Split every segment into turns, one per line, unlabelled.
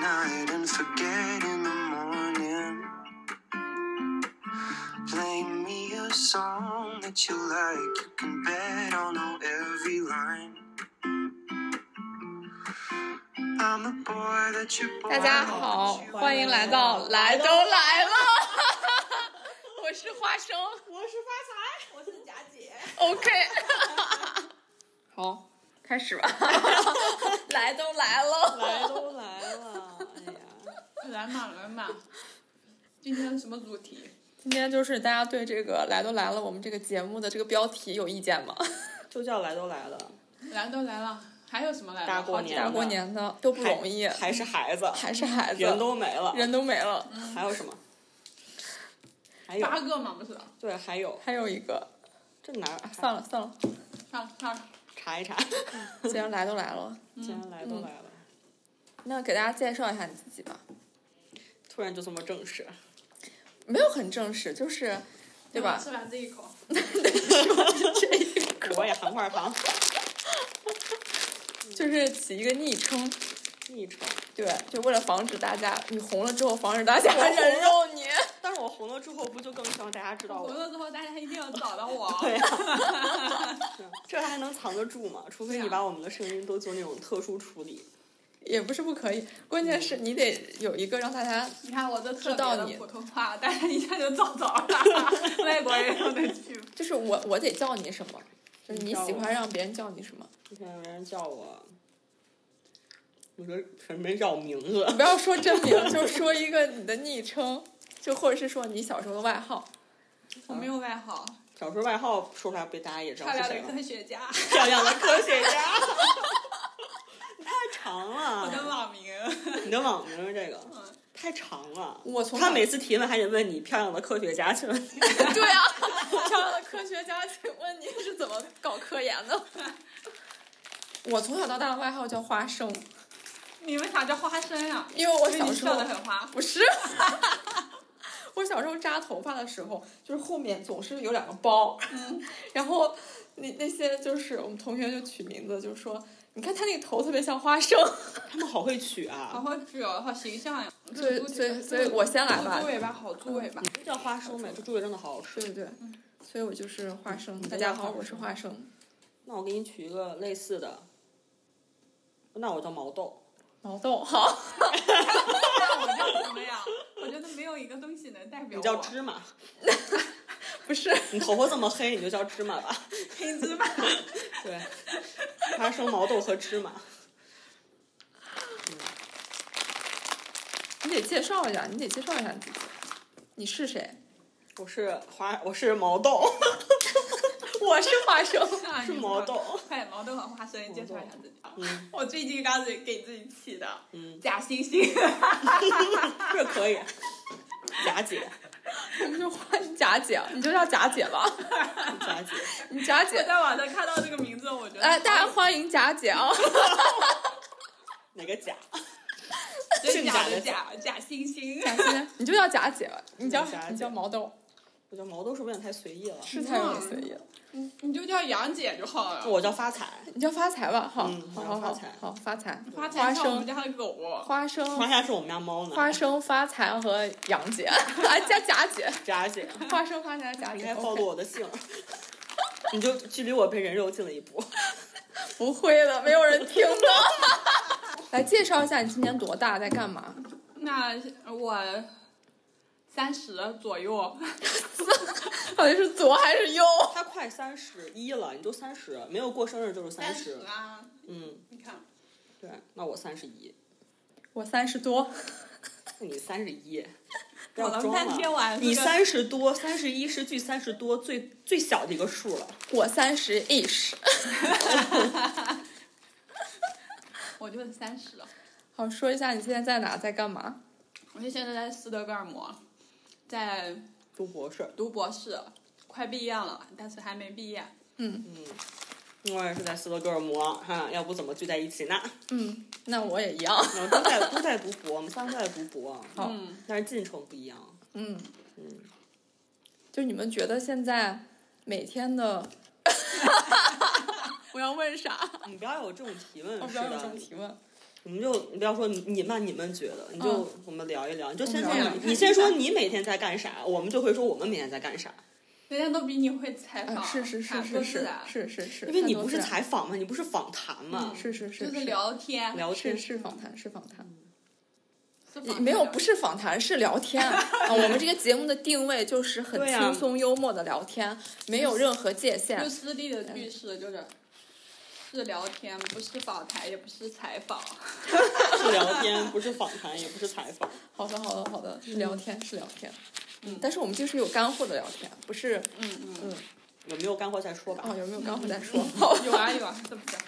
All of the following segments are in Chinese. night and forget in the morning. Play me a song that you like. You can bet I'll know every line. I'm the boy that you're
大
born
家
to
好，
chew
欢迎来到来都来了， 我是花生
我是发财，我是贾姐。
，OK，好，开始吧， 来都来了，
来都来了，哎呀，来嘛来嘛。今天什么主题？
今天就是大家对这个来都来了我们这个节目的这个标题有意见吗？
就叫来都来了，
来都来了，还有什么来了？
大过年
大
好几
过年的都不容易，啊
还是孩子，
还是孩子，
人都没了，
人都没了，
还有什么？还
个
有
八个嘛，不是？
对，还有
还有一个，
这哪儿？
算了算了，
算了算了，
查一查，
既然来都来了，
既然来都来了，
那给大家介绍一下你自己吧，
突然就这么正式，
没有很正式，就是，对吧？
吃完这一口，
这一
我也行话行，
就是起一个昵称，
昵称。
对，就为了防止大家你红了之后防止大家
红了
人肉你。
但是我红了之后，不就更希望大家知道
我
我？
了之后大家一定要找 到我。
对呀、啊这还能藏得住吗？除非你把我们的声音都做那种特殊处理。
也不是不可以，关键是你得有一个让大家
你看我这特
知道
别
你
的普通话，大家一下就找着了， 外国人都能去。
就是我我得叫你什么，就是你
你叫
喜欢
我
让别人叫你什么，
之前有人叫我，我觉得什么人叫我名字？
不要说真名，就说一个你的昵称，就或者是说你小时候的外号。
我没有外号，
嗯
小时候外号说出来，被大家也知道
漂
是
亮
谁
的
了。
科学家，
漂亮的科学家， 你太长
我的
了，
网名。
你的网名这个
嗯
太长了。
我从
他
小
每次提问还得问你漂亮的科学家，请问 你
对 啊，漂亮的科学家，请问你是怎么搞科研的？ 我从小到大的外号叫花生，
你为啥叫花生呀、
因为我
因为
小
你
时
笑
候
得很花。
不是， 我小时候扎头发的时候，就是后面总是有两个包，然后那那些就是我们同学就取名字，就说你看他那个头特别像花生，
他们好会取
好
啊。
好举哦，好形象呀！
所以所以所以我先来吧
猪，尾巴好猪尾巴
你，不叫花生呗，这猪尾真的好好
对
吃。
对对，嗯所以我就是花生。嗯大
大
家
家
好，
好
我是花生
那我给你取一个类似的，那我叫毛豆。
毛豆， 好，
那我叫什么呀？我觉得没有一个东西能代表
你
我。
叫芝麻，
不是
你头发这么黑，你就叫芝麻吧。
黑芝麻，
对，花生、毛豆和芝麻。
你得介绍一下，你得介绍一下你自己，你是谁？
我是花，我是毛 豆，
我是花 生，
啊
是毛豆。。
快，毛豆和花生介绍一下自己啊！
嗯
我最近刚才给自己起的
嗯，
假惺惺，
这 可以。贾姐，
我们就换贾姐，你就叫贾姐吧，
贾 姐。
你贾
我
姐。
在网上看到这个名字，我觉得
呃
哎，大家欢迎贾姐 啊！
哪个甲？
真假的
姓
假假惺惺，
贾欣，你就叫贾姐吧，你叫
贾姐
你叫毛豆，
我叫毛豆是不是有点太随意了？
是太有点随意了。
你你就叫杨姐就好了。
我叫发财，
你叫发财吧，好，
嗯
好
我
好
叫
好
发财，嗯
好发财，
花
花
才像我们
生，
家的狗哦，
花生，
花下是我们家猫呢。
花生发财和杨姐， 啊，叫贾姐，
贾 姐，
花生发财和贾
你
姐
还暴露
OK
我的 姓，你就距离我被人肉近了一步。
不会的，没有人听的。 来介绍一下你今年多大，在干嘛？
那我三十左右，
到底是左还是右？
他快三十一了，你就三十，没有过生日就是 三
十
十。
啊，
嗯，
你看，
对，那我三十一，
我三十多，
那 你三十一，不
搞
要
了
装
半天
了。
我还是
你
个
三十多，三十一是距三十多最最小的一个数了。
我三十 ish。
我就是三十，
好，说一下你现在在哪，在干嘛？
我是现在在斯德哥尔摩，在
读博士，
读博士，快毕业了，但是还没毕业。
嗯
我也是在斯德哥尔摩，哈，要不怎么聚在一起呢？
嗯，那我也一样。
我们都在都在读博，我们三个都在读博，啊
好
嗯，
但是进程不一样。
嗯，
嗯，
就你们觉得现在每天的，我要问啥？
你不要有这种提问
我不
似
要有这
的
种，提问。
我们就你不要说你你们你们觉得，你就、
嗯
我们聊一聊，你就先
们
说
聊
聊
你你
看
先
一下
说你每天在干啥，我们就会说我们每天在干啥，
人家都比你会采访，
啊嗯是是
打
是
多
是
字
是
啊，
是是是，
因为
很
你
多
不是
自然
采访嘛，你不是访谈嘛，
是是是
就是聊天，
聊
是
天
嗯是访谈是访谈。
是
也
访
没有，
谈
不是访谈，是聊 天啊。我们这个节目的定位就是很
对啊
轻松幽默的聊天，没有任何界限
就。私立的句式就是。是聊天，不是访谈，也不是采访。
是聊天， 不是访谈，也不是采访。
好的，好的，好的，是聊天，是聊天。
嗯
但是我们就是有干货的聊天，不是
嗯嗯，
嗯
有没有干货再说吧，
哦，有没有干货再说。好，
有啊有啊，怎么讲？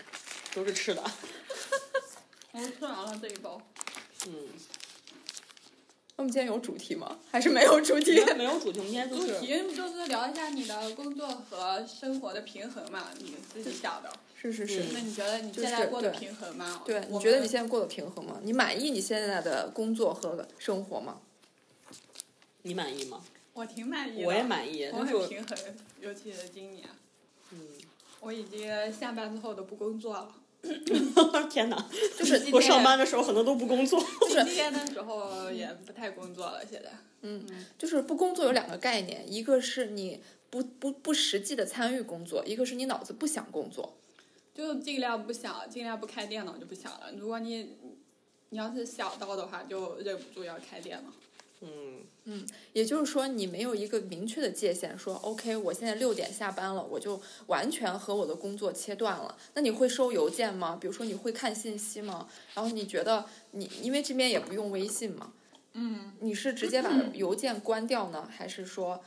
都是吃的。
我吃完了这一包，
嗯，
那我们今天有主题吗？还是没有主题？
没有主题，我们今天就
主
是
题不就是聊一下你的工作和生活的平衡嘛？你自己想的。
是是是。
嗯
那你觉得你现在过得平衡吗？
对，你
我
觉得
们
你现在过得平衡吗？你满意你现在的工作和生活吗？
你满意吗？
我挺满意的，
我也满意，
我
就是
很平衡，尤其是今年，
嗯，
我已经下班之后都不工作了。
天哪，
就是
我上班的时候很多都不工作。
就是
今天的时候也不太工作了，现在。
就是不工作有两个概念，一个是你不不不实际的参与工作，一个是你脑子不想工作。
就尽量不想，尽量不开电脑就不想了。如果你你要是想到的话，就忍不住要开电脑。
嗯，
也就是说，你没有一个明确的界限，说 OK，我现在六点下班了，我就完全和我的工作切断了。那你会收邮件吗？比如说你会看信息吗？然后你觉得你因为这边也不用微信嘛，
嗯，
你是直 接把邮件关掉呢，还是说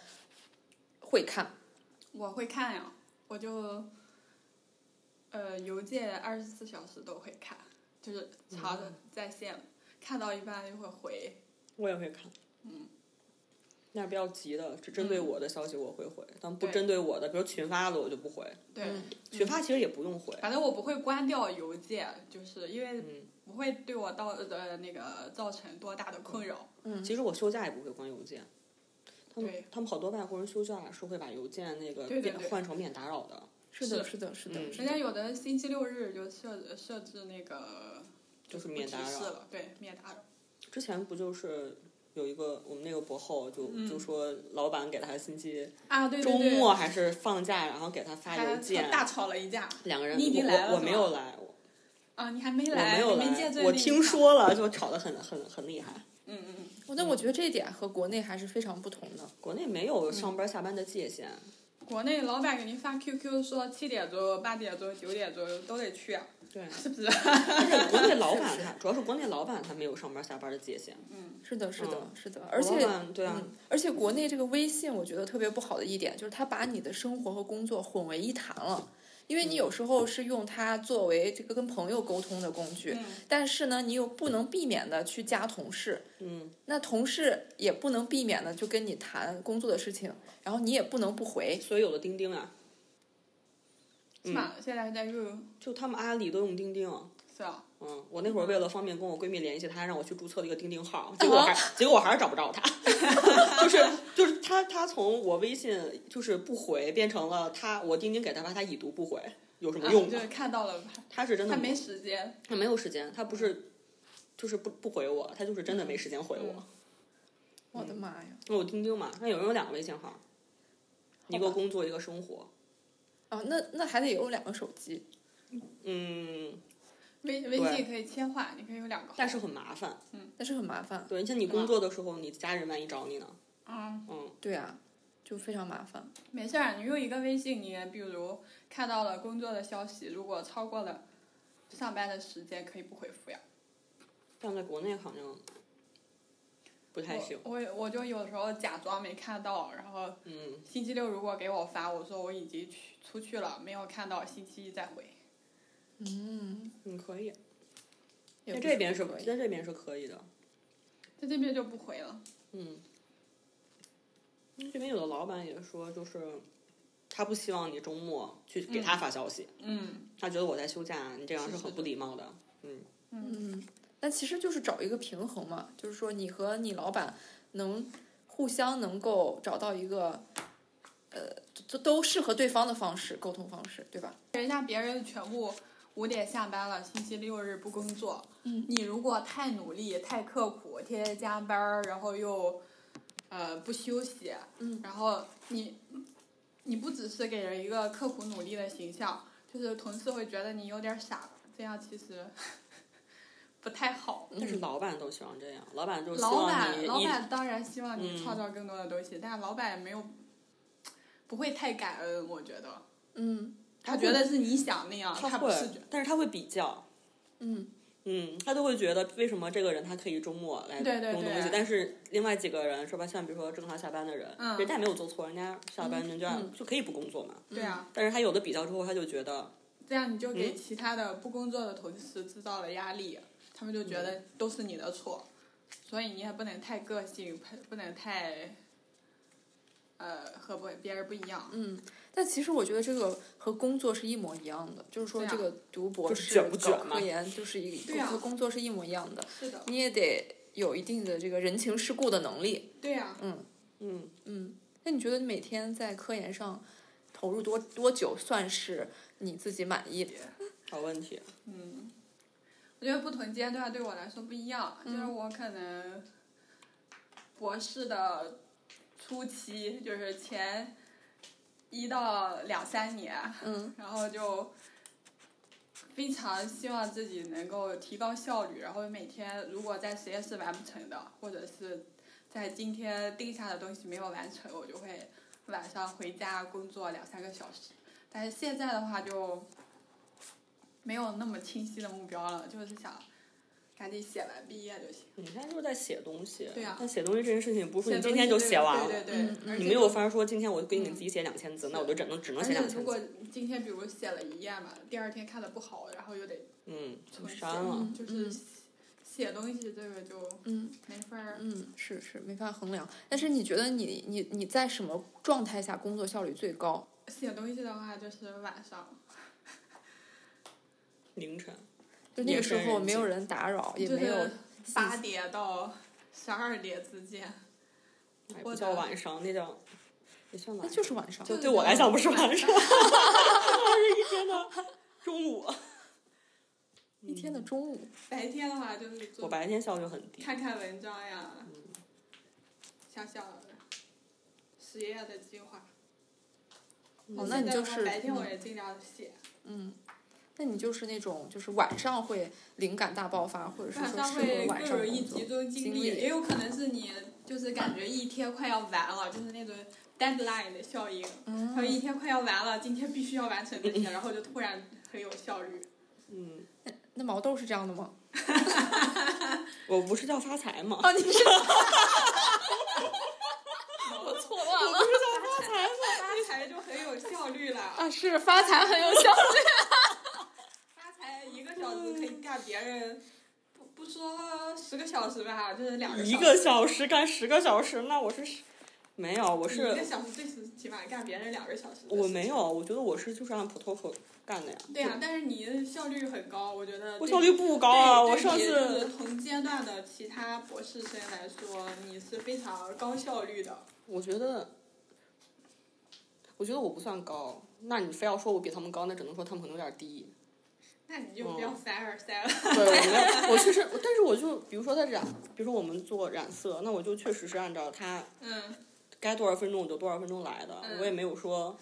会看？
我会看呀，我就呃邮件二十四小时都会看，就是查
嗯
的在线，看到一半就会回。
我也会看。
嗯，
那不要急的，只针对我的消息我会回，但不
对
针对我的，比如群发的我就不回。
对，
嗯
群发其实也不用回。
反正我不会关掉邮件，就是因为
嗯，
不会对我到呃那个造成多大的困扰。
嗯，
其实我休假也不会关邮件。他们
对
他们好多外国人休假是会把邮件那个
对对
变
对
换成免打扰的，
是的，是的，是的，
嗯
是
人
的
家有的星期六日就设设置那个
就是
不
免
提
打
示
扰。
了，对，免打扰。
之前不就是有一个我们那个博后就、
嗯
就说老板给他星期
啊，对对
周
对，
末还是放假，然后给他发
还
邮件，
大吵了一架
两个人
你已经
我
来了
我我
是
没
吧
有来，我
啊！你还没
我
来，
没有
你没见
来，
最
我
那一
听
场，
说了，就吵得很很很厉害。
嗯嗯嗯，
我哦那我觉得这一点和国内还是非常不同的。
国内没有上班下班的界限，
国内老板给您发 QQ 说七点钟、八点钟、九点钟都得去，啊
对，
是不是？
但是国内老板
是是
他主要是国内老板他没有上班下班的界限，
嗯，
是的，是的，
嗯
是的，而
我
且
老板对啊，
嗯，而且国内这个微信，我觉得特别不好的一点就是它把你的生活和工作混为一谈了，因
嗯
为你有时候是用它作为这个跟朋友沟通的工具，
嗯
但是呢，你又不能避免的去加同事，
嗯，
那同事也不能避免的就跟你谈工作的事情，然后你也不能不回。
所以有了钉钉啊，
是
嗯
吧？啊现在在用
就他们阿里都用钉钉、啊。
是吧？
嗯，我那会儿为了方便跟我闺蜜联系，她还让我去注册了一个钉钉号，结果还、结果我还是找不着她，就是就是她她从我微信就是不回变成了她我钉钉给她发她已读不回，有什么用
啊
吗
就是？看到了，
她是真的
他没时间，
她没有时间，她不是就是不不回我，她就是真的没时间回我。
我的妈呀！
那、我钉钉嘛，那有人有两个微信号，一个工作一个生活，
啊，那那还得有两个手机。
嗯，
微微信可以切换，你可以有两个号，
但是很麻烦。
但是很麻烦，
对，像你工作的时候，你家人万一找你呢？
嗯。
嗯，
对啊，就非常麻烦。
没事儿，你用一个微信，你比如看到了工作的消息，如果超过了上班的时间，可以不回复呀。
但在国内好像不太行。
我我我就有时候假装没看到，然后
嗯。
星期六如果给我发，我说我已经去出去了，没有看到，星期一再回。
嗯，
嗯，可以。
也
在
不
这边是
可以
在这边是可以的。
在这边就不回了。
嗯，因为这边有的老板也说，就是他不希望你周末去给他发消息，
嗯，
他觉得我在休假，你这样
是
是
是
很
是
不礼貌的。嗯，
嗯，但其实就是找一个平衡嘛，就是说你和你老板能互相能够找到一个，呃，都都适合对方的方式沟通方式，对吧？
人家别人全部五点下班了，星期六日不工作。
嗯
你如果太努力、太刻苦，天天加班儿，然后又呃不休息，
嗯
然后你你不只是给人一个刻苦努力的形象，就是同事会觉得你有点傻，这样其实 不太好。
但是老板都希望这样，老板嗯就希
嗯老
望
板，
你
老
你
板当然希望你
嗯
创造更多的东西，但老板没有不会太感恩，我觉得
嗯
他觉得是你想那样，
他
不
会
是觉，
但是他会比较，
嗯
嗯，他都会觉得为什么这个人他可以周末来
对对
弄东
对
西，但是另外几个人是吧？像比如说正常下班的人，
嗯
人家也没有做错，人家下班人家
嗯
就可以不工作嘛。
对啊，
但是他有的比较之后，他就觉得
这样你就给
嗯
其他的不工作的同事制造了压力，他们就觉得都是你的错，所以你也不能太个性，不不能太。呃，和不别人不一样，
嗯。但其实我觉得这个和工作是一模一样的，就是说
对啊
这个读博
就是
士、
卷不卷
搞
嘛
科研，就是一个
对啊
和工作是一模一样的，
是的，
你也得有一定的这个人情世故的能力。
对啊呀、
嗯
嗯，
嗯。那你觉得每天在科研上投入多多久算是你自己满意的？
好问题，
嗯，我觉得不同阶段对我来说不一样，就是我可能博士的初期，就是前一到两三年，
嗯
然后就非常希望自己能够提高效率，然后每天如果在实验室完不成的，或者是在今天定下的东西没有完成，我就会晚上回家工作两三个小时。但是现在的话就没有那么清晰的目标了，就是想赶紧写完毕业就行。
你现在就是在写东西，
对啊
但写东西这件事情不是说你
写
今
东西
天就
对
写完了，
对对
嗯
对，而且
你没有
就
法说今天我给你自己写两千字，那我就只能只能
而
写
且
两
如
千
果
字，
今天比如写了一页嘛，第二天看的不好，然后又得
嗯，就
重新
删了。
嗯
就是写写东西这个就
嗯。
没法儿。
嗯，是是，没法衡量。但是你觉得你你你在什么状态下工作效率最高？
写东西的话就是晚上，
凌晨，
就那
夜
个时
深
候
人
没有
静
人打扰，也
就
没有
是八点到十二点之间，
哎，
我
不叫
的
晚上，那叫也算晚
那
上，
就是晚上。
就
对
对我来讲不是晚上，是一天的中午。嗯
一天的中午，
白天的话就是做
我白天嗯效率很低，
看看文章呀，想想实验的计划。
嗯
哦，那你
现在
就
的话
是
白天我
嗯
也尽量写，
嗯，那你就是那种就是晚上会灵感大爆发，或者是
晚
说
上
适合
会
晚
更
上
容易
工作
集。中
精
精
力
力，也有可能是你就是感觉一天快要完了，就是那种 deadline 的效应。还有
嗯，
一天快要完了，今天必须要完成这些，然后就突然很有效率。
嗯，
那毛豆是这样的吗？
我不是叫发财吗？
啊，你是 我错乱了啊
发财就很有效率了，
啊，是发财很有效率。
发财一个小时可以干别人，不不说十个小时吧，就是两
一
个
个小时干十个小时，那我是没有，我
小时一个
是
小时最起码干别人两个小时的事情。
我没有，我觉得我是就是按 protocol 干的呀。
对啊呀、但是你效率很高，我觉得
我
对
效率不高啊！
对
我
对
上
比
次
就是同阶段的其他博士生来说，你是非常高效率的。
我觉得，我觉得我不算高。那你非要说我比他们高，那只能说他们可能有点低。
那你就不
哦
要凡尔赛了。
对，我没有，我确实，但是我就比如说他染，比如说我们做染色，那我就确实是按照他
嗯
该多少分钟我就多少分钟来的，
嗯
我也没有说，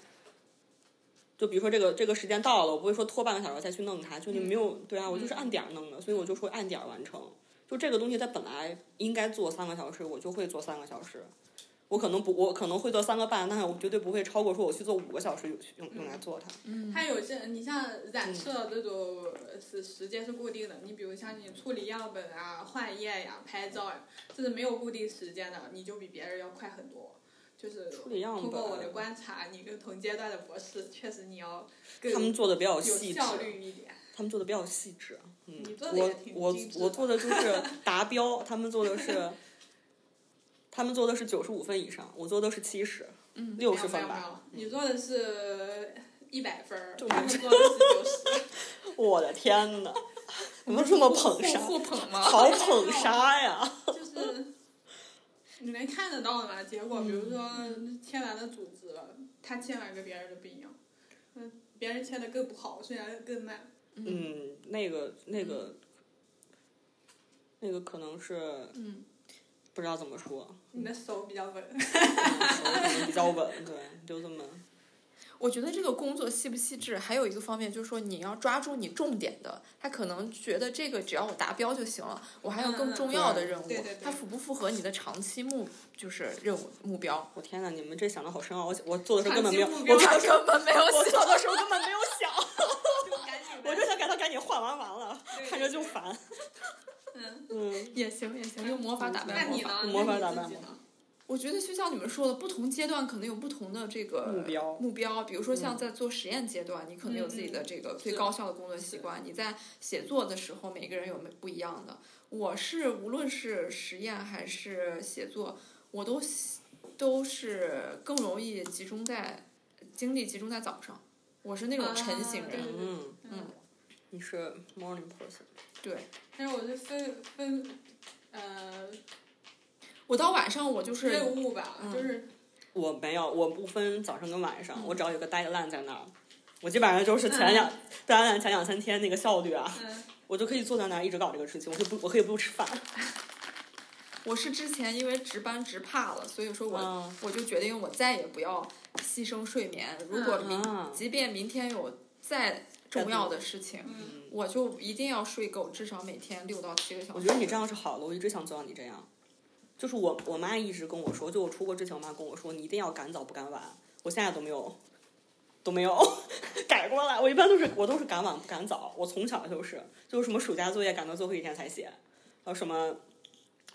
就比如说这个这个时间到了，我不会说拖半个小时再去弄它，就你没
嗯
有、对啊，我就是按点儿弄的，所以我就说按点儿完成。就这个东西，它本来应该做三个小时，我就会做三个小时。我可能不，我可能会做三个半，但是我绝对不会超过说我去做五个小时用用用来做它。
嗯
它有些，你像
嗯
染色这种呃是时间是固定的，你比如像你处理样本啊、换液呀、拍照呀，这是没有固定时间的，你就比别人要快很多。就是
处理样本
通过我的观察，你跟同阶段的博士，确实你要更
他们做的比较
有
细致，
效率一点。
他们做的比较细致。嗯
你做，的
我
也挺
我
精致
我
的
做的就是达标，他们做的是，他们做的是九十五分以上，我做的是七十，
嗯
六十
没有
分
没有
吧。
没有，你做的是一百分儿，
嗯就
他们做的是九十。
我的天 呐，怎么这么捧杀？
互捧吗？
好捧杀呀！
就是你能看得到的嘛？结果比如说签完的组织，他签完跟别人的不一样，嗯，别人签的更不好，虽然更慢，
嗯，那个那个
嗯
那个可能是
嗯，
不知道怎么说，嗯
你的手比较稳。
可能比较稳，对，就这么。
我觉得这个工作细不细致，还有一个方面就是说你要抓住你重点的。他可能觉得这个只要我达标就行了，我还有更重要的任务，
嗯嗯对对对
它符不符合你的长期目就是任务目标？
我天呐，你们这想的好深奥，我我做的时候根本没有，
长期目
我做
标
我
的
根
时候
本没有
我
想。
做的时候根本没有想，
就 赶紧
我就想给他赶紧换完完了，
对
看着就烦。
嗯，
嗯，
也行也行，用魔法打败
那
魔
你
法。
呢？
魔法
那
打
你
扮
自己
魔
呢？
我觉得就像你们说的，不同阶段可能有不同的这个
目标
目标，比如说像在做实验阶段，你可能有自己的这个最
是
高效的工作习惯；你在写作的时候，每个人有不一样的。我是无论是实验还是写作，我都喜都是更容易集中在精力集中在早上。我是那种晨型人，
啊对
嗯，
嗯，
你是 morning person，
对
但是我是分分，呃，
我到晚上我就是
任务吧，
嗯
就是
我没有，我不分早上跟晚上，我只要有个 deadline 在那儿，我基本上就是前两 deadline 前两三天那个效率啊，
嗯，
我就可以坐在那儿一直搞这个事情，我可以不我可以不吃饭。
我是之前因为值班值怕了，所以说我、
嗯
我就决定我再也不要牺牲睡眠。如果明、
啊
即便明天有再重要的事情，
嗯
我就一定要睡够，至少每天六到七个小时。
我觉得你这样是好的，我一直想做到你这样。就是我我妈一直跟我说，就我出国之前，我妈跟我说，你一定要赶早不赶晚。我现在都没有都没有 改过来，我一般都是我都是赶晚不赶早，我从小就是就是什么暑假作业赶到最后一天才写，然后什么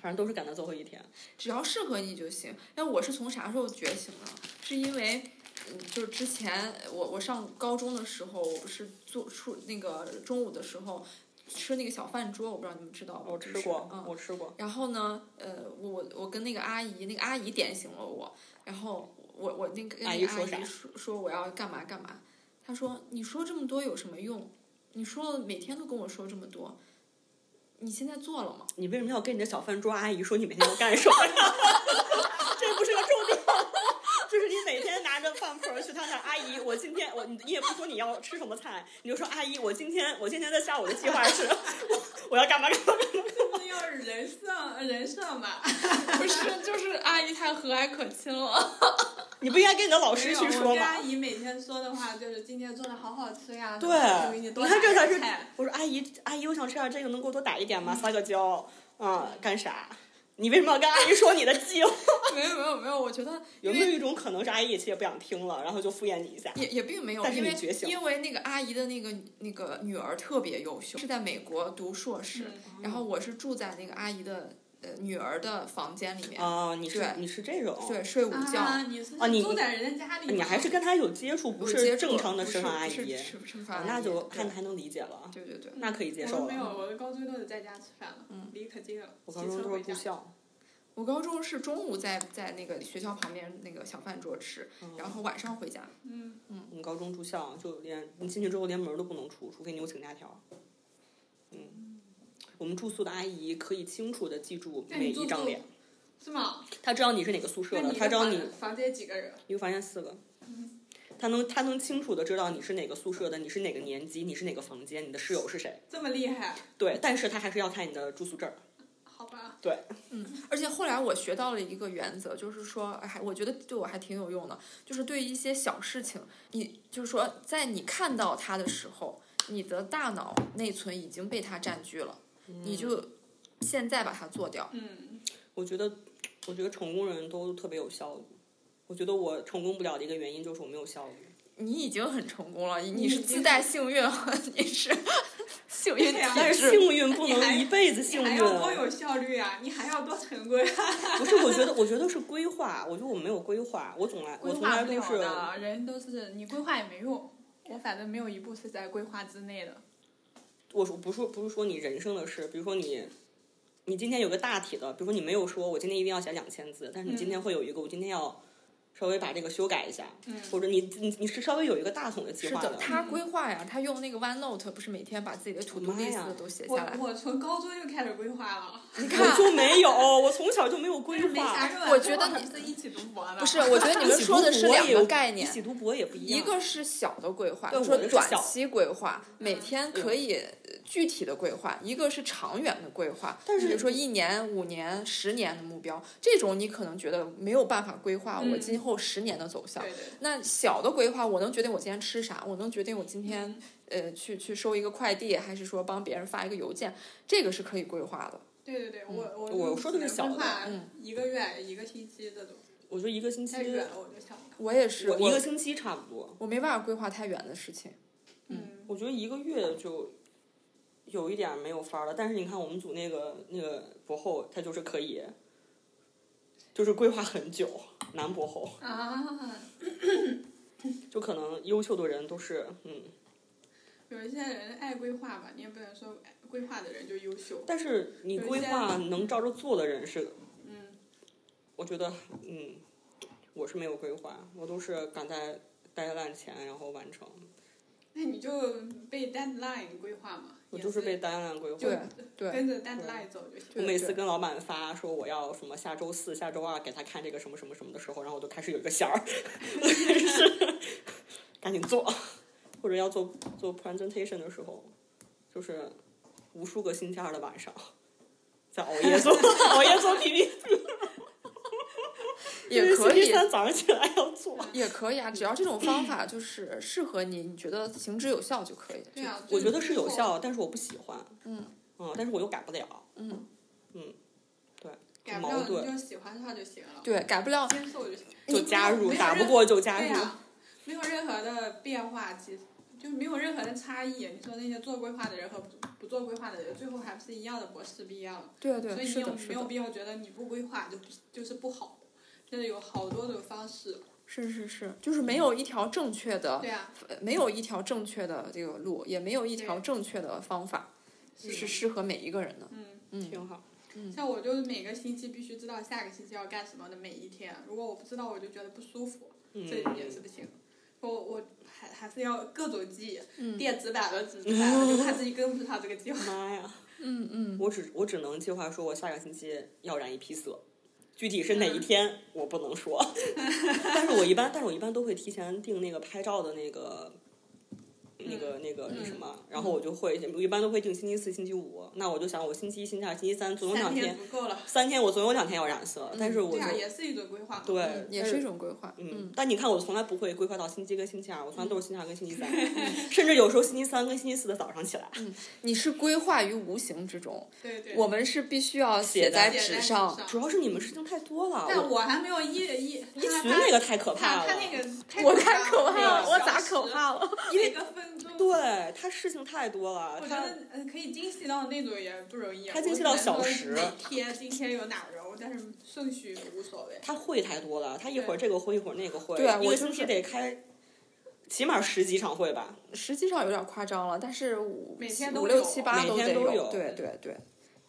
反正都是赶到最后一天。
只要适合你就行。那我是从啥时候觉醒呢？是因为，嗯，就是之前我我上高中的时候，我不是做出那个中午的时候吃那个小饭桌，我不知道你们知道吗？就
我哦吃
是
过，
嗯，
我吃过，
然后呢，呃，我我我跟那个阿姨，那个阿姨点醒了我，然后我我那个跟
阿
那
姨
个
说啥
阿姨说说我要干嘛干嘛，她说你说这么多有什么用？你说了每天都跟我说这么多，你现在做了吗？
你为什么要跟你的小饭桌阿姨说你每天都干什么呀？ 这不是个重点，就是你每天拿着饭盆儿去她那儿，阿姨，我今天我你你也不说你要吃什么菜，你就说阿姨，我今天我今天在下午的计划是我我要干嘛干 嘛干嘛。
就是要人设人设嘛，
不 是，就是阿姨太和蔼可亲了。
你不应该跟你的老
没
师
有
去
我
说
跟阿
吗？
姨每天说的话就是今天做的好好吃呀，
对
我给，你多
看这
打
才
点
是
菜。
我说阿姨，阿姨，我想吃点这个，能给我多打一点吗？撒个娇，嗯，干啥？你为什么要跟阿姨说你的计划？
没有没有没有，我觉得
有
因
没有
为
一种可能是阿姨也其实也不想听了，然后就敷衍你一下？
也也并没有，
但是
因
你
为
觉醒
因为那个阿姨的那个那个女儿特别优秀，是在美国读硕士，
嗯
然后我是住在那个阿姨的呃女儿的房间里面，
啊、你是
对
你是这种，
对，睡午觉。
啊，你是
啊你
住在人家家里吗，
你还是跟他有接触，不
有接
是
触
正常的
不
食
是
堂阿
不是
姨，
吃吃
啊
饭
那就还
对
还能理解了，
对对对，
那可以接
我
受
们没有，
了。
我的高中都是在家吃饭了，离可近了，
我
骑
高中
车
都
回
是住
家。
校，
我高中是中午在在那个学校旁边那个小饭桌吃，然后晚上回家。
嗯，
我们高中住校就连你进去之后连门都不能出，除非你有请假条。嗯，我们住宿的阿姨可以清楚的记住
那
每
你住
一张
宿
脸，
是吗？
她知道你是哪个宿舍
那
的，
你
她知道你
的房房间几个人？
一个房间四个，她能她能清楚的知道你是哪个宿舍的，你是哪个年级，你是哪个房间，你的室友是谁。
这么厉害？
对，但是她还是要看你的住宿证儿。
好吧，
对，
而且后来我学到了一个原则，就是说，哎还我觉得对我还挺有用的，就是对一些小事情，你就是说，在你看到它的时候，你的大脑内存已经被它占据了，你
嗯
就现在把它做掉。
嗯，
我觉得，我觉得成功人都特别有效率。我觉得我成功不了的一个原因就是我没有效率。
你已经很成功了，你
已
是
经
自带幸运， 你是幸运
对呀
体
但
质
是幸运不
你还
能一辈子
你
幸
还
运，
要多有效率啊，你还要多成功啊，
不是？我觉得，我觉得是规划。我觉得我没有规划，我总 来，我
规
从
划
来
不
都
了
是，
的，人都是你规划也没用。我反正没有一步是在规划之内的。
我说不是不是说你人生的事，比如说你。你今天有个大体的，比如说你没有说我今天一定要写两千字，但是你今天会有一个我今天要稍微把这个修改一下，
嗯
或者你你你是稍微有一个大统的计
是
划
的，
的。
他规划呀，他用那个 OneNote 不是每天把自己的 to do
妈
list
呀
都写下来
我。我从高中就开始规划了，
你
我
看，
就没有，我从小就没有规
没啥啊
划。
热。
我觉得
还
你
不是一起啊读博呢？
不 是， 我觉得你们说的是两个概念
一，起读博也不一样。
一个是小的规划，
对
就
我
说
的是
短
小嗯
期规划，每天可以呃具体的规划；一个是长远的规划，
但是
比如说一年、五年、十年的目标，这种你可能觉得没有办法规划我
嗯
今后十年的走向。
对对，
那小的规划，我能决定我今天吃啥，我能决定我今天呃去去收一个快递，还是说帮别人发一个邮件，这个是可以规划的。
对对对，我我
我说的是小的
规划
嗯
一个月、一个星期这种，
我就一个星期
太，远了我就想不到。
我也是，
我
我
一个星期差不多。
我没办法规划太远的事情。
嗯，
我觉得一个月就有一点儿没有法儿了。但是你看我们组那个那个博后，他就是可以，就是规划很久。男博后
啊，
就可能优秀的人都是嗯，
有一些人爱规划吧，你也不能说规划的人就优秀。
但是你规划能照着做的人是，
嗯，
我觉得嗯，我是没有规划，我都是赶在 deadline 前然后完成。
那你就被 deadline 规划嘛，
我
也
就是被 deadline 规划。
对对，
跟着 deadline 走就行。
我
对
每次
对
跟老板发说我要什么下周四、下周二给他看这个什么什么什么的时候，然后我就开始有一个弦儿，我开始赶紧做，或者要做做 presentation 的时候，就是无数个星期二的晚上，在熬 夜做熬夜做 PPT，
也可
星
以
期。三早上起来要做。
也可以啊，只要这种方法就是适合你，你觉得行之有效就可以。
对啊，
我觉得
就是
有
最后。
效，但是我不喜欢。
嗯
嗯，但是我又改不了，
嗯，
改不
矛
了你
盾
就喜欢上就行了，
对，改不了。
接受就行了。
就加入，
没有
打不
任
过就加
对
入。
呀、没有任何的变化，其实就没有任何的差异。你说那些做规划的人和不不做规划的人，最后还不是一样的博士毕业了？
对
所
对，
以
是
你有
的，
没
是
有
的，
必要觉得你不规划就不就是不好的？真的有好多种方式。
是是是，就是没有一条正确的，
对啊，
呃没有一条正确的这个路，也没有一条正确的方法
是
是适合每一个人的。
嗯，
嗯，
挺好，
像我就是每个星期必须知道下个星期要干什么的每一天，如果我不知道我就觉得不舒服，
嗯，
这也是不行。我我还还是要各种记，
嗯
电子版的、纸质版的，就怕自己跟不上这个计划。
妈呀！
嗯嗯，
我只我只能计划说，我下个星期要染一批色，具体是哪一天我不能说。但是我一般，但是我一般都会提前定那个拍照的那个。那个那个那什么，然后我就会，我一般都会定星期四、星期五。那我就想，我星期一、星期二、星期三总有两
三
天，
足够了。
三天我总有两天要染色。但是我
对
就
啊，也是一种规划嘛。
对
嗯也
呃
但
是一种规划。
嗯
嗯，，
但你看，我从来不会规划到星期一跟星期二，我从来都是星期二跟星期三，甚至有时候星期三跟星期四的早上起来。
你是规划于无形之中，
对对。
我们是必须要写在
写在
纸
纸
上。
上
主要是你们事情太多了，
但
我
我还没有一一一
一群那个太可怕
他
了。
他那个 太
我太可怕
了，
了，我咋可怕了？
了？一个分钟。
对他事情太多了，
我觉
他
得呃可以精细到那种也不容易，啊
他精细到小时
我只能说每天今天有哪揉，但是顺序无所谓。
他会太多了，他一会儿这个会一会儿那个会，
对啊
一
我
个
就
星期
是
得开起码十几场会吧。
实际上有点夸张了，但是五
每天
七
都
五六
有
七八
每
都
天
得
都有
对对对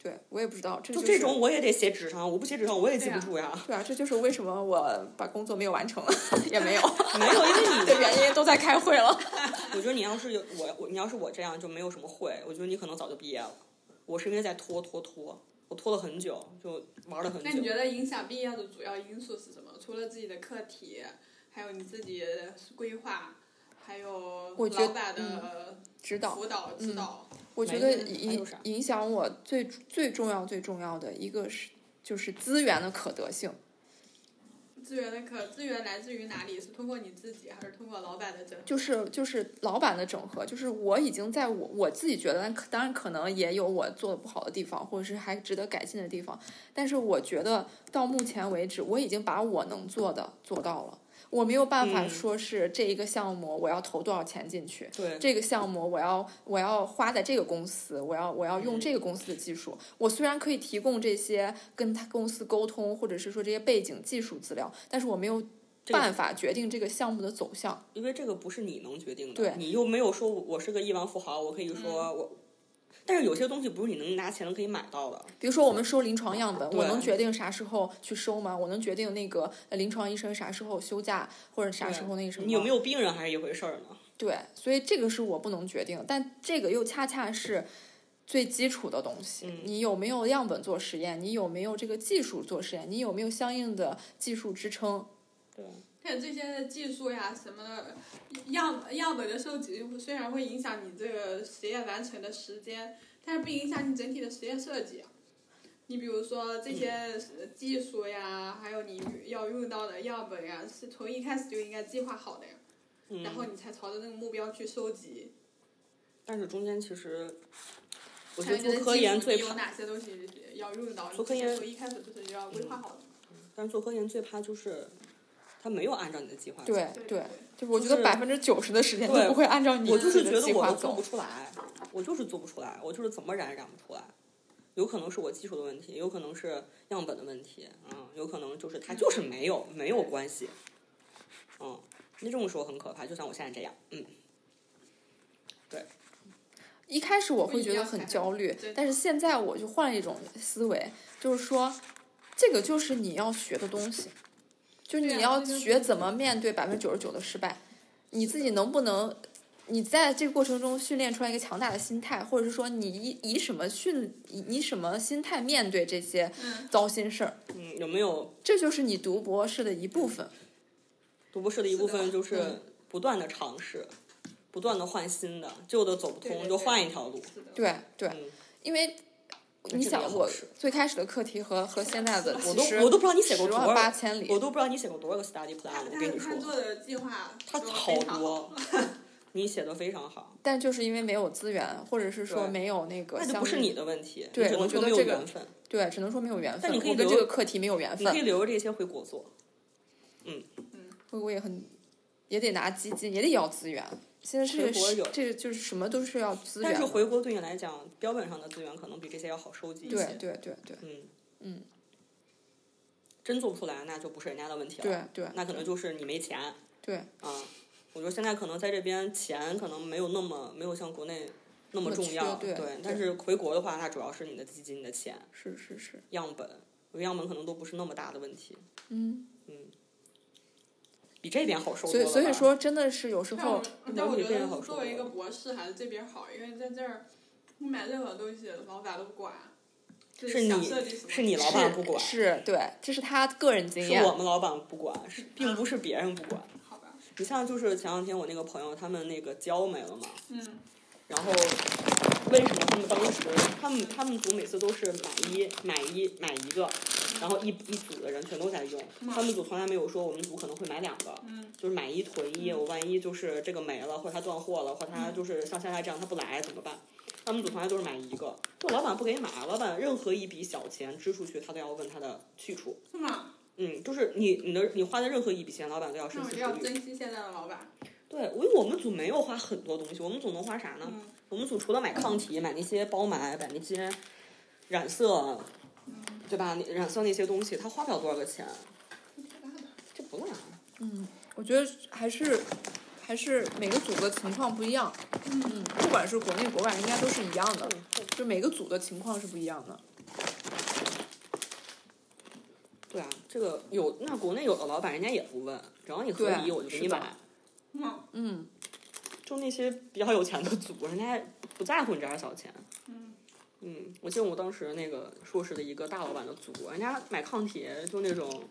对，我也不知道，这
就是这种我也得写纸上，我不写纸上我也记
对
不
啊
住 呀。
对啊，这就是为什么我把工作没有完 成，也没有
没有，因 为
的原因都在开会了。
我觉得你要是有我我你要是我这样就没有什么会，我觉得你可能早就毕业了。我是因为在拖拖拖，我拖了很久，就玩了很
那你
久。
觉得影响毕业的主要因素是什么？除了自己的课题，还有你自己的规划，还有
我觉
老板的
指
嗯
导，
辅导指导。
我觉
没
得
有还有
影
啥
影响我最最重要最重要的一个是就是资源的可得性。
资源的可资源来自于哪里？是通过你自己，还是通过老板的整合？
就是就是老板的整合，就是我已经在我我自己觉得，但可当然可能也有我做的不好的地方，或者是还值得改进的地方。但是我觉得到目前为止，我已经把我能做的做到了。我没有办法
嗯
说是这一个项目我要投多少钱进去，
对，
这个项目我要我要花在这个公司，我要我要用
嗯
这个公司的技术。我虽然可以提供这些跟他公司沟通，或者是说这些背景技术资料，但是我没有
这个
办法决定这个项目的走向。
因为这个不是你能决定的，
对
嗯
你又没有说我我是个亿万富豪，我可以说我。但是有些东西不是你能拿钱可以买到的。
比如说我们收临床样本，我
对
能决定啥时候去收吗？我能决定那个呃临床医生啥时候休假或者啥时候那个什么？
你有没有病人还是一回事儿呢？
对，所以这个是我不能决定，但这个又恰恰是最基础的东西。
嗯
你有没有样本做实验？你有没有这个技术做实验？你有没有相应的技术支撑？
对，
但这些技术呀什么的，样样本的收集虽然会影响你这个实验完成的时间，但是不影响你整体的实验设计。啊你比如说这些呃技术呀，还有你要用到的样本呀，是从一开始就应该计划好的呀，
嗯、
然后你才朝着那个目标去收集。
但是中间其实，我觉
才
得
能
做
知道
科研最
技术
怕
有，哪些东西要用到？
做科研
你从一开始不是就要规划好的吗？
但是做科研最怕就是，他没有按照你的计划走。
对
对
对，就是我觉得
就是
百分之九十的时间都
对
不会按照你
我就
自
是
己
觉
的
得
计
我
划
都做
走
不。出来，我就是做不出来，我就是怎么染也染不出来。有可能是我技术的问题，有可能是样本的问题，嗯，有可能就是它就是没有没有关系，嗯，那这种时候很可怕，就像我现在这样，嗯，
一开始我
不
会
一
觉得
样
很
才
焦虑
对，
但是现在我就换了一种思维，就是说，这个就是你要学的东西，就是
对
你
啊
要
这就是
学怎么面对百分之九十九的失败，你自己能不能，你在这个过程中训练出来一个强大的心态，或者是说你以以什么训以以什么心态面对这些
嗯
糟心事儿，
嗯，有没有
这就是你读博士的一部分。
读博士的一部分就是是
的
不断的尝试，不断的换新的，旧的走不
对
通
对
就
对
换一条路，
是的，
对对，
嗯，
因为你
这个也
想
好
我
使
最开始的课题和和现在的
我
其
都
实
我都不知道你写过
十
多
万
少，
八千里，
我都不知道你写过多少个 study plan，
他
我跟你
他做
说，
的计划
他
都
好
非常好
多， 你写的非常好。
但就是因为没有资源，或者是说
对
没有那个
那
相应，
就不是你的问题，
对
你只
我
能
觉
说
得
没有
这个呃
缘分。
对，只能说没有缘分。
但你可以
我跟
留
这个课题没有缘
你可以
分，
留着这些回国做，
嗯
我我也很也得拿基金，也得要资源。现在这
回国有
个这个就是什么都是要资源
但
的，
是回国对你来讲，标本上的资源可能比这些要好收集一
对
些。
对对对
嗯
嗯，
真做不出来，那就不是人家的问题了。
对对
那可能就是你没钱。
对，
啊，我觉得现在可能在这边钱可能没有那么没有像国内那
那
么
么
重
缺
要，
对对
但是回国的话，那主要是你的基金、你的钱、
是是是，
样本，我觉得样本可能都不是那么大的问题，
嗯，
比这边好收
所
多
以
了吧。
所以说真的是有时
但我
候嗯
但我
能力
觉
变好
得作为一
多
个
了
博士还是这边好，因为在这儿你买任何东西，老板都不管，就是想
你
设计什么
是你老板不管，
是对，这是他个人经
是
验
我，们老板不管，是并不是别人不管。
好吧？
你像就是前两天我那个朋友他们那个胶没了嘛，
嗯，
然后为什么他们当时他们他们组每次都是买一买一买一个，然后一一组的人全都在用，他们组从来没有说我们组可能会买两个，
嗯
就是买一囤一，我万一就是这个没了，或者他断货了，或者
嗯
他就是像现在这样他不来怎么办？他们组从来都是买一个，就老板不给买，老板任何一笔小钱支出去，他都要问他的去处。
是吗？
嗯，就是你你的你花的任何一笔钱，老板都要深
那我
思
就要
熟虑
珍。惜现在的老板。
对，因为我们组没有花很多东西，我们组能花啥呢？
嗯，
我们组除了买抗体、买那些包埋、买那些染色，对吧？那染色那些东西，他花不了多少个钱，
挺大的
这不赖。
嗯，我觉得还是还是每个组的情况不一样，嗯，不管是国内国外，应该都是一样的，就每个组的情况是不一样的。
对啊，这个有那国内有的老板人家也不问，只要你合
对啊
理，我就给你
是的
买。
嗯
嗯，
就那些比较有钱的组，人家不在乎你这点小钱。
嗯
嗯，我记得我当时那个硕士的一个大老板的组，人家买抗体就那种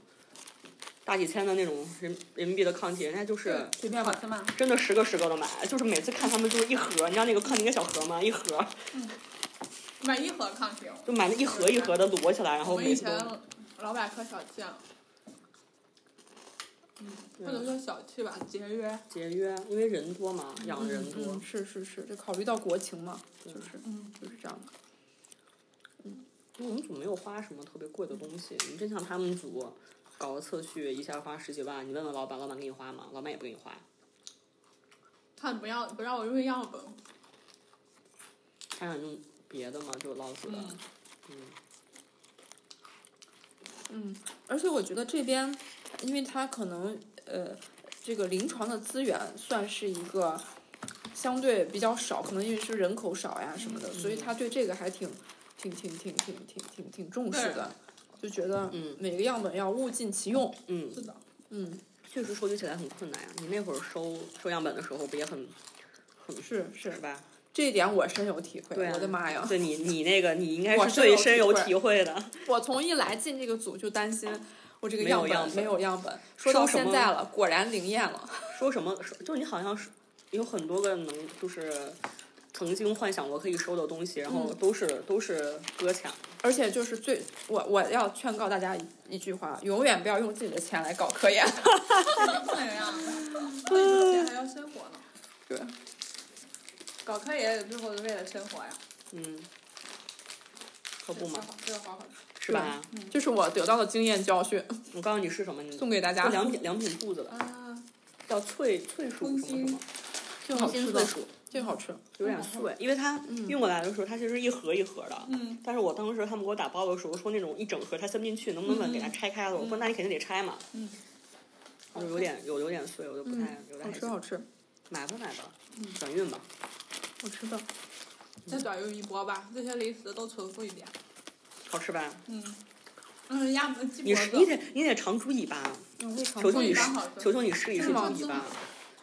大几千的那种人人民币的抗体，人家就是
随便吧，
是吗？
真的十个十个的买，就是每次看他们就是一盒，你知道那个抗体一个小盒吗？一盒
买一盒抗体哦。
就买了一盒一盒的摞起来，然后
我们以
每次
前
都
老板可小气了，嗯，不能说小气吧，节约。
节约，因为人多嘛，养的人
嗯
多。
嗯，是是是，就考虑到国情嘛，就是
嗯
就是这样的。
我们组没有花什么特别贵的东西，你真像他们组搞个测序，一下花十几万，你问问老板，老板给你花吗？老板也不给你花。
他不要不让我用样本，
还想用别的吗？就老死的。
嗯
嗯，而且我觉得这边，因为它可能呃，这个临床的资源算是一个相对比较少，可能因为是人口少呀什么
嗯
的，所以他对这个还挺挺挺挺挺挺挺挺重视的，就觉得
嗯
每个样本要物尽其用。
嗯，
是的，
嗯，
确实收集起来很困难呀、你那会儿收收样本的时候，不也很
是是
是，吧？
这一点我深有体会。
对啊
我的妈呀！
对你你那个你应该
我
是
深
最
有
深
体
有
会
体会的。
我从一来进这个组就担心我这个
没有
样
样
本
本
没有样本，说到
什
现
么
在了，果然灵验了。
说什么？说就是你好像是有很多个能，就是曾经幻想过可以收的东西，然后
嗯
都是、都是搁浅。
而且就是最我我要劝告大家一一句话，永远不要用自己的钱来搞科研。
不能呀，自己还要生活呢。
对，
搞科研最后是为了生活呀，
嗯，可不嘛，
这个好好。
是吧？
这是我得到的经验教训，
我告诉你是什么，你
送给大
做
家。
良品良品铺 子的，
啊，
叫脆脆薯
空
什么什
心
么，
这好吃
心
的
脆，薯
这好吃。
有点碎，因为它
嗯
运过来的时候，它其实是一盒一盒的。
嗯，
但是我当时他们给我打包的时候说那种一整盒它塞不进去，能不能把
嗯
给它拆开了？我说那你肯定得拆嘛。
嗯。
就有点有有点碎，我就不太有点
好
还
吃
行
好吃，
买吧买吧，转运吧。
好吃的。
再转运一波吧，这些零食都存库一点。
好吃吧？
嗯，嗯，鸭脖鸡
你
脖
是你
子，
得你得尝出尾巴，
嗯，会尝
啊求求
出
你
尾
试
巴好吃
求求你试一试
是吗
猪尾巴。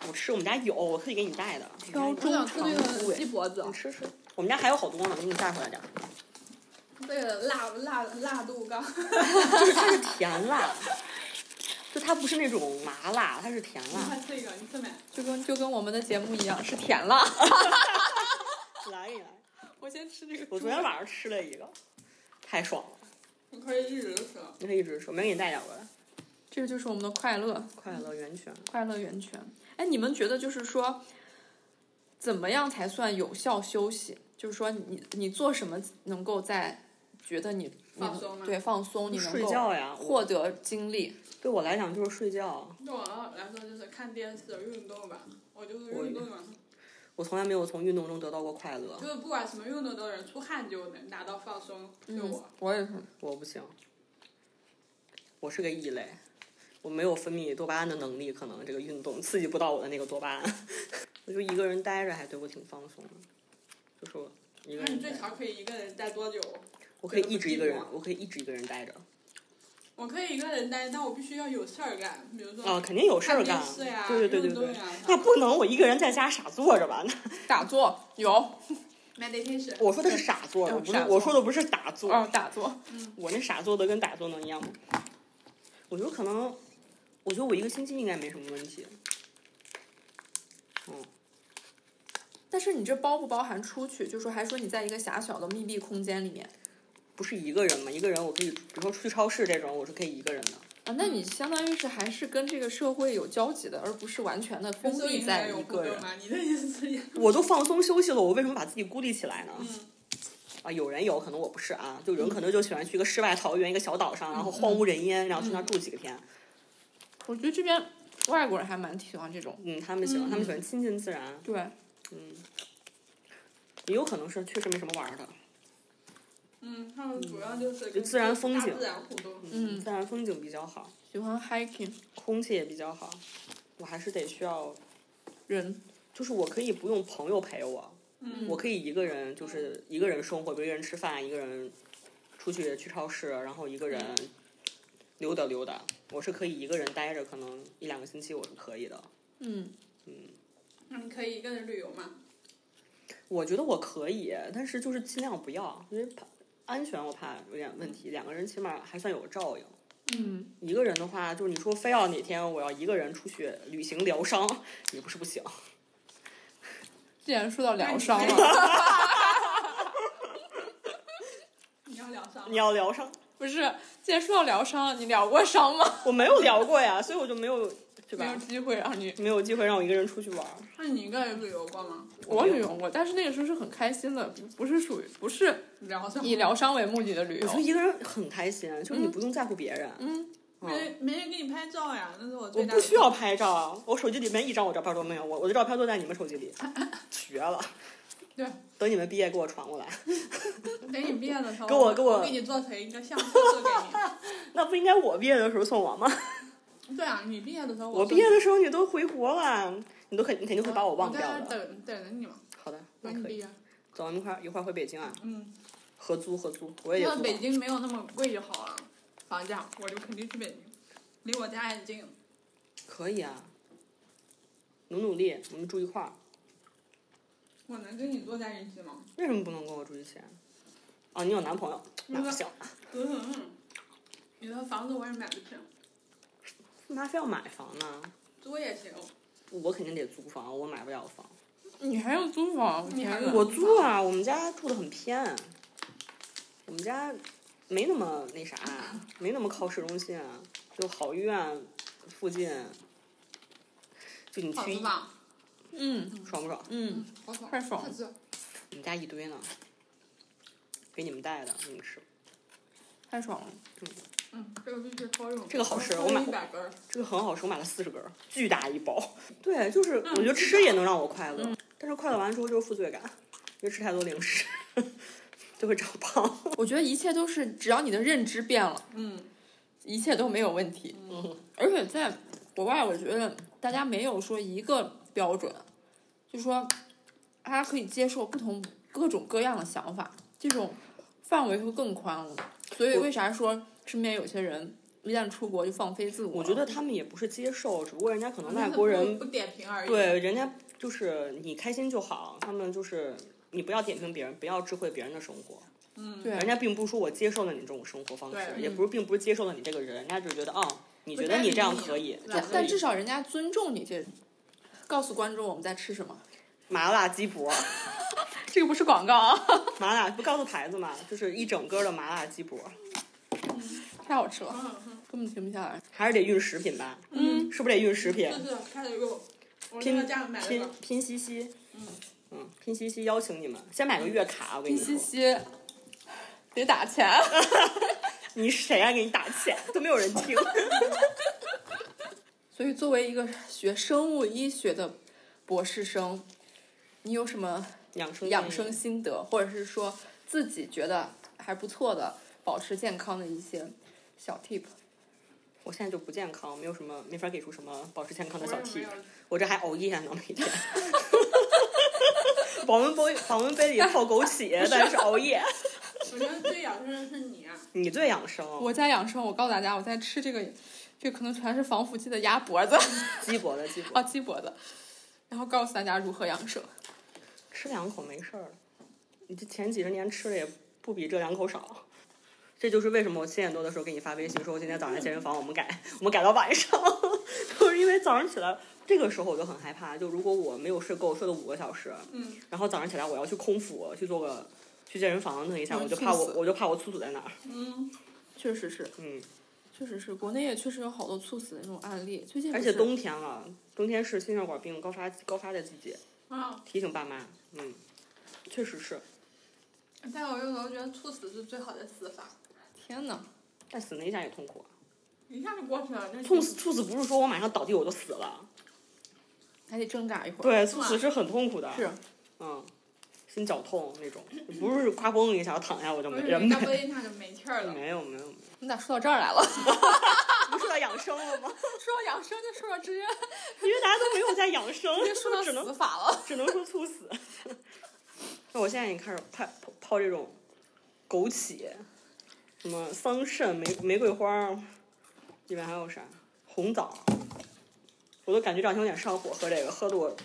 我吃，我们家有，我可以给你带的。
挑
我
中
想吃那
长部
个嗯鸡
位，
脖子
你，吃吃，我们家还有好多呢，给你带回来点儿。
这个辣辣辣度高。
就是它是甜辣，就它不是那种麻辣，它是甜
你
辣。
快吃一个，你吃没？
就跟就跟我们的节目一样，是甜辣。
来一来，
我先吃这个。
我昨天晚上吃了一个，太爽了，
你可以一直吃。
你可以一直吃，我明天给你带点儿过来。
这个就是我们的快乐
快乐源泉，
快乐源泉。哎，你们觉得就是说，怎么样才算有效休息？就是说你，你做什么能够在觉得你你
放松吗
对放松，你能够
睡觉呀我
获得精力。
对我来讲就是睡觉，啊
对我来说就是看电视、运动吧，我就是
我
运动嘛，
我从来没有从运动中得到过快乐
就，是不管什么运动都能出汗就能达到放松。
嗯
就我，
我也是，
我不行，我是个异类。我没有分泌多巴胺的能力，可能这个运动刺激不到我的那个多巴胺， 我就一个人待着还对我挺放松的，就是我一个
那你
人
最
待着，
少可以一个人待多久？
我可以一直一个人
觉得不寂，寞
我可以一直一个人待着。
我可以一个人待，但我必须要有事儿干，比如说
啊，肯定有事儿
看
干
电视呀、，
对啊对对
运
对
动
对
呀、。
那不能我一个人在家傻坐着吧？那
打坐有
meditation。
我说的是傻坐着，
嗯
不是
傻坐
我说的不是打坐。
哦，打坐
我那傻坐的跟打坐能一样吗？我觉得可能，我觉得我一个星期应该没什么问题。嗯，
但是你这包不包含出去？就说还说你在一个狭小的密闭空间里面
不是一个人嘛，一个人我可以，比如说出去超市这种，我是可以一个人的。
啊，那你相当于是还是跟这个社会有交集的，而不是完全的封
所以
闭
你
在
也有
一
互
个
动
人。
吗？你的意思是？
我都放松休息了，我为什么把自己孤立起来呢？
嗯，
啊，有人有可能我不是啊，就人可能就喜欢去一个世外桃源，一个小岛上，然后荒无人烟，然后去那儿住几个天。
我觉得这边外国人还蛮喜欢这种，
嗯，他们喜欢，他们喜欢亲近自然。
对，
嗯，也有可能是确实没什么玩儿的，
嗯，他们主要就是
就
跟
自然风景
大自然互动。
嗯
自然风景比较好，
喜欢 hiking
空气也比较好，我还是得需要，
人，
就是我可以不用朋友陪我，
嗯
我可以一个人就是一个人生活，比如一个人吃饭，一个人出去去超市，然后一个人溜达溜达，我是可以一个人待着，可能一两个星期我是可以的。
嗯，
那你可以一个人旅游嘛？
我觉得我可以，但是就是尽量不要，因为怕安全我怕有点问题。两个人起码还算有个照应。
嗯，
一个人的话，就是你说非要哪天我要一个人出去旅行疗伤，也不是不行。
既然说到疗伤
那你
了，
你要疗伤
你
吗？
要疗伤，
不是，既然说到疗伤了，你疗过伤吗？
我没有疗过呀，所以我就没有，对
没有
吧？
机会让你。
没有机会让我一个人出去玩儿。
那你一个人旅游过吗？
我旅游过，但是那个时候是很开心的，不不是属于不是
疗伤
以疗伤为目的的旅
我觉得
游。
一个人很开心，就是你不用在乎别人，
嗯，
没没人给你拍照呀，那是我
我
最大的
不需要拍照啊，我手机里面一张我照片都没有，我我的照片都在你们手机里，绝了。
对，
等你们毕业给我传过来，
等你毕业的时候，
给我给我
我给你做成一个相册送给你。
那不应该我毕业的时候送我吗？
对啊，你毕业的时候
我
我
毕业的时候你都回国了，你都肯你肯定会把我忘掉
我在
的。
这儿等等着你嘛，
好的，那
等你
可
毕
以。
业。
走，我们一块儿一块儿回北京啊，
嗯，
合租合租，我也得
那
租
北
房。
京没有那么贵就好了，房价我就肯定去北京，离我家也近。
可以啊，努努力，我们住一块儿，
我能跟你坐在一起吗？
为什么不能跟我住一起啊？哦，你有男朋友，那不行，
嗯，你的房子我也买不起，
干嘛非要买房呢？
租也行。
我肯定得租房，我买不了房。
你还要租房？
你还
天
要
哪
我租啊，我们家住的很偏，我们家没那么那啥，没那么靠市中心啊，就好医院附近。就你
好
去
吃吧？
嗯
爽不爽？
嗯，
好爽，
快爽
好吃。
我们家一堆呢，给你们带的，你们吃。
太爽了！
嗯，这个必须超用。
这个好吃
超
我买
一百根儿。
这个很好吃，我买了四十根儿，巨大一包。 对，就是我觉得吃也能让我快乐，但是快乐完之后就是负罪感，因为吃太多零食 就会长胖。
我觉得一切都是，只要你的认知变了，
嗯，
一切都没有问题。
嗯，
而且在国外，我觉得大家没有说一个标准，就说大家可以接受不同各种各样的想法，这种范围会更宽了。所以
我
为啥说身边有些人一旦出国就放飞自我？
我觉得他们也不是接受，只不过人家可能
但
外
是
国
不
人
不点评而已。
对人家就是你开心就好，他们就是你不要点评别人，不要智慧别人的生活。
嗯，
对
人家并不是说我接受了你这种生活方式，
对
也不是并不是接受了你这个人，人家只是觉得哦，你觉
不太
得你
理
这样
你
可以
对
就可以。
但至少人家尊重你这。告诉观众我们在吃什么，
麻辣鸡脖。
这个不是广告啊，
麻辣不告诉牌子嘛，就是一整根儿的麻辣鸡脖，
太好吃了，
嗯嗯
根本停不下来。
还是得运食品吧？
嗯，
是不是得运食 品？
就是开始用。我
拼
在家买了
拼
个，
拼夕夕，
嗯
嗯，拼夕夕邀请你们，先买个月卡，我跟
拼
你说
夕，夕得打钱，啊
你谁啊？给你打钱都没有人听。
所以作为一个学生物医学的博士生，你有什么
养生
养生心得，或者是说自己觉得还不错的保持健康的一些小 tip？
我现在就不健康，没有什么没法给出什么保持健康的小
我也没
tip，
有
我这还熬夜呢，每天。 保温杯保温杯里泡 枸杞，但是熬夜。
我觉得最养生的是你啊，
你最养生，
我在养生，我告诉大家，我在吃这个，这可能全是防腐剂的鸭脖子
鸡脖的鸡脖，
啊鸡脖子，然后告诉大家如何养生。
吃两口没事儿了，你这前几十年吃的也不比这两口少。这就是为什么我七点多的时候给你发微信说，我今天早上健身房我们改，我们改到晚上， 就是因为早上起来这个时候我就很害怕，就如果我没有睡够，睡了五个小时，
嗯，
然后早上起来我要去空腹去做个去健身房弄一下，
嗯
我就怕
猝
我
死
我就怕我猝死在那儿。
嗯，
确实是，
嗯，
确实是，国内也确实有好多猝死的那种案例。最近不
而且
是
冬天了，冬天是心血管病高发高发的季节，
啊，
提醒爸妈，嗯，确实是。
但我又老觉得猝死是最好的死法，
天呐，
但死那一下也痛苦啊，
一下就过去了，那
猝死猝死不是说我马上倒地我就死了，
还得挣扎一会儿。
对，猝死是很痛苦的，
是，
嗯，心绞痛那种，不是咔嘣一下我躺下我就
不
没
是
人
人
没
家不一下就没气儿了，
没有没有，没有
你咋说到这儿来了？
不是到养生了吗？
说到养生就说到这，
因为大家都没有在养生
直接说，
只
到
能
死法了。
只能说猝死。 那我现在已经开始泡泡泡这种枸杞，什么桑葚、玫玫瑰花儿，里面还有啥红枣，我都感觉这两天有点上火，喝这个喝的我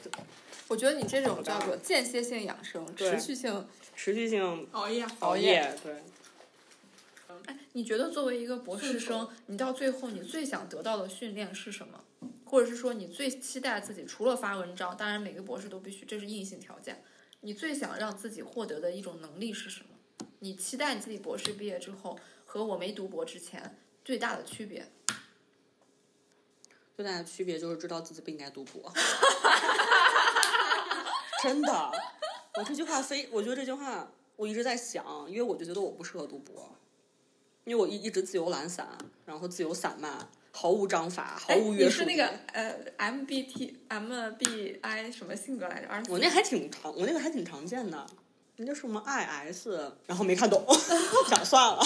我觉得你这种叫做间歇性养生，
对
持续性。
持续性
熬夜，
熬夜
夜，对。
你觉得作为一个博士生，你到最后你最想得到的训练是什么？或者是说你最期待自己除了发文章，当然每个博士都必须，这是硬性条件。你最想让自己获得的一种能力是什么？你期待你自己博士毕业之后和我没读博之前最大的区别？
最大的区别就是知道自己不应该读博。 真的，我这句话非，我觉得这句话我一直在想，因为我就觉得我不适合读博，因为我一一直自由懒散，然后自由散漫，毫无章法，毫无
哎
约束力。
呃 MBT MBI 什么性格来着？而
我那还挺常，我那个还挺常见的，人家是什么 IS，然后没看懂， 想算了，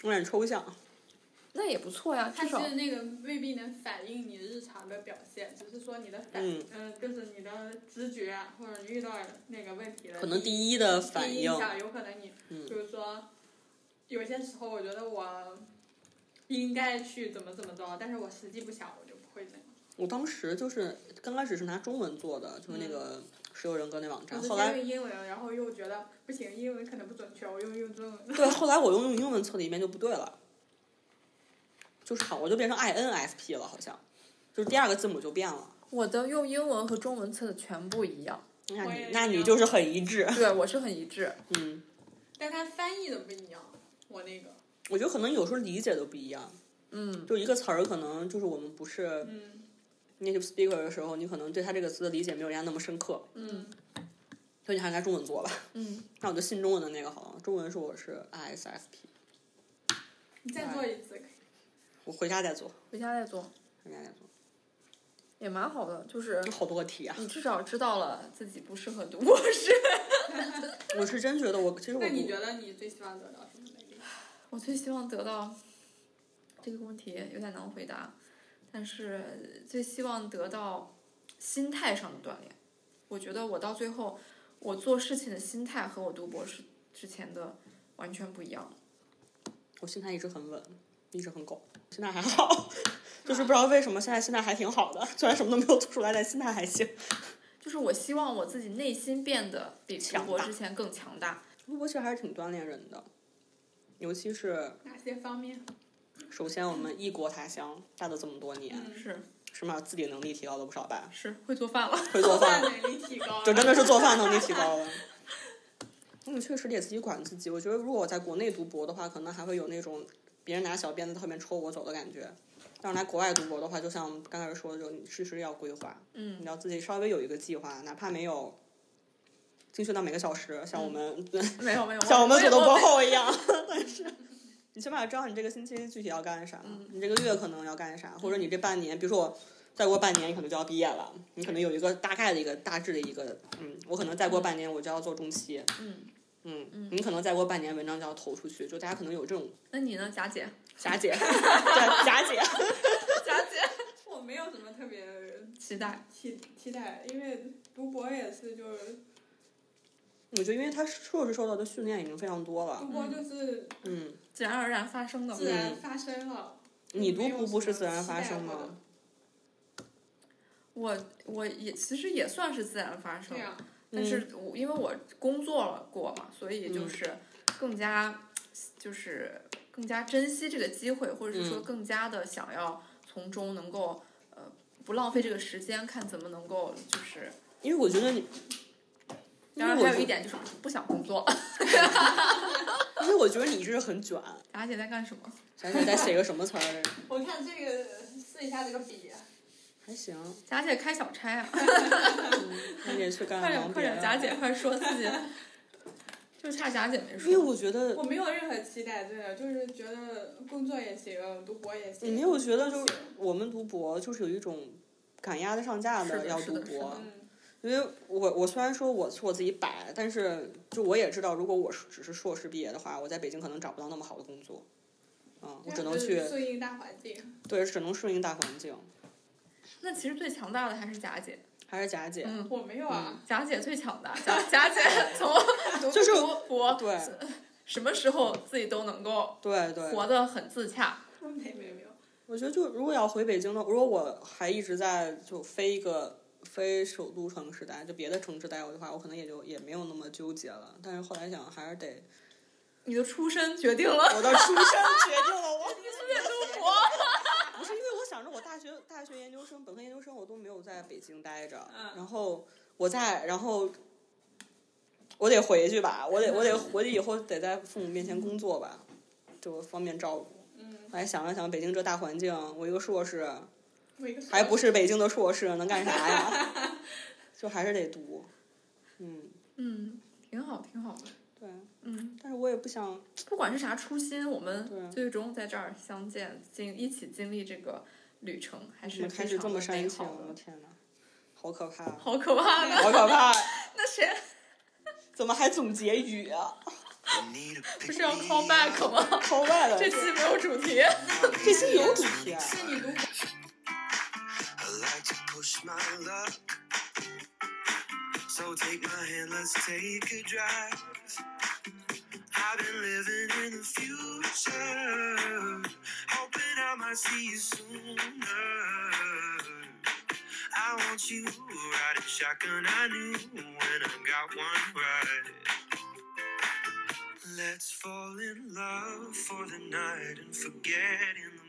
有点抽象。
那也不错
嗯
呀，
它
至少
是那个未必能反映你日常的表现，只是说你的反，
嗯
嗯、就是你的直觉啊或者你遇到那个问题的
可能
第一
第一的反
第一
应
印，象，有可能你，
嗯
比如说，有些时候我觉得我应该去怎么怎么着，但是我实际不想，我就不会这样。
我当时就是刚开始是拿中文做的，就是那个十六人格那网站，
嗯我是
后
先
来
用英文，然后又觉得不行，英文可能不准确，我用用中文。
对，后来我用用英文测的一遍就不对了，就是好，我就变成 INFP 了，好像，就是第二个字母就变了。
我的用英文和中文测的全部一样。
那
我
你
也
那
一
你
样
就是很一致，
对，我是很一致。
嗯，
但它翻译的不一样，我那个，
我觉得可能有时候理解都不一样，
嗯，
就一个词儿可能就是我们不是
嗯
native speaker 的时候，你可能对它这个词的理解没有人家那么深刻，
嗯，
所以你还是拿中文做吧。
嗯，
那我就信中文的那个好了，中文是我是 ISFP，
你再做一次
哎
可以。
我回家再做，
回家再做
回家再做，
也蛮好的，就是
有好多个题啊！
你至少知道了自己不适合读博士。
我是真觉得我其实我
那你
不
觉得你最希望得到什么能力？
我最希望得到这个问题有点难回答，但是最希望得到心态上的锻炼。我觉得我到最后，我做事情的心态和我读博士之前的完全不一样。
我心态一直很稳，一直很狗，现在还好， 就是不知道为什么现在心态还挺好的，虽然什么都没有做出来，但心态还行。
就是我希望我自己内心变得比读
强
博
大嗯
之前更强大。
读博其实还是挺锻炼人的，尤其是
哪些方面？
首先我们异国他乡待了这么多年，
嗯，
是
起码自理能力提高了不少吧，
是，会做饭了。
会 做饭，
能力提高了。
就真的是做饭能力提高 了。嗯，确实得自己管自己。我觉得如果我在国内读博的话，可能还会有那种别人拿小鞭子在后面抽我走的感觉。但是来国外读博的话，就像刚才说的，就你事事要规划，
嗯
你要自己稍微有一个计划，哪怕没有精确到每个小时，像我们、
没有没有，
像我们组
也
的
我
博
也
后一样，但是你起码知道你这个星期具体要干啥，你这个月可能要干啥，或者你这半年，比如说我再过半年你可能就要毕业了，你可能有一个大概的一个大致的一个，嗯，我可能再过半年我就要做中期，
嗯，
嗯，
嗯
你可能再过半年文章就要投出去，就大家可能有这种
那你呢，贾姐？
假姐，对假姐，
贾姐，
我没有什么特别的
期待。
期期待，因为读博也是就是
我觉得因为他硕士受到的训练已经非常多了
读，博就是
嗯，
自然而然发生的。
自然发生了。
你读
没有
不不是
什么
自然
期
发
待
生
或者
吗？
我我也其实也算是自然发生，
对呀、啊
啊
但是我因为我工作了过嘛，所以
嗯
就是更加就是更加珍惜这个机会，或者是说
嗯
更加的想要从中能够呃不浪费这个时间，看怎么能够就是。
因为我觉得你，因
当
为
然
我
还有
觉
一点就是不想工作了。
因为我觉得你一直很卷。
达姐在干什么？
想想再写个什么词儿，
我看这个试一下这个笔，
还行。
贾姐开小差啊！
那得去干
快
嗯点啊
点快点，贾姐快说自己， 就差贾姐没
因为
说。
我觉得
我没有任何期待，真的就是觉得工作也行，读博也行。
你没有觉得就是我们读博就是有一种赶鸭子上架
是的
要
是
读
的是
博
的，
嗯，
因为我我虽然说我是我自己摆，但是就我也知道，如果我是只是硕士毕业的话，我在北京可能找不到那么好的工作。嗯，我只
啊
能去
就是顺应大环境。
对，只能顺应大环境。
那其实最强大的还是贾姐，
还是贾姐，
嗯
我没有啊，
贾姐最强大，贾贾 姐从读
就是
读博
对
什么时候自己都能够
对对，
活得很自洽。
嗯
我没没没有。
我觉得就如果要回北京的，如果我还一直在就飞一个非首都城市待，就别的城市待我的话，我可能也就也没有那么纠结了。但是后来想，还是得
你的出身决定了
我的出身决定了我。
读博，
不是因为我想着我大学大学研究生、本科研究生我都没有在北京待着，
嗯
然后我在，然后我得回去吧，我得我得我得以后得在父母面前工作吧，就方便照顾。
嗯，
后来想了想，北京这大环境，我一个硕士，
我一个
还不
是
是北京的硕士，能干啥呀？ 就还是得读，嗯，
嗯，挺好，挺好的。
对。
嗯，
但是我也不想，
不管是啥初心，我
对
们最终在这儿相见，经一起经历这个旅程，还
怎
是
么开始
非
这
常
么
的美
煽情？
好
我
的。
天哪，好可 怕，好
好可怕的，
可怕！
那谁
怎么还总结语啊？
不是要 call back 吗？
超外了
这期没有主题，
这期有主题啊。
是你读
I like to push my luck. So take my hand, let's take a drive. I've been living in the future, hoping I might see you sooner. I want you riding shotgun. I knew when I got one right. Let's fall in love for the night and forget in the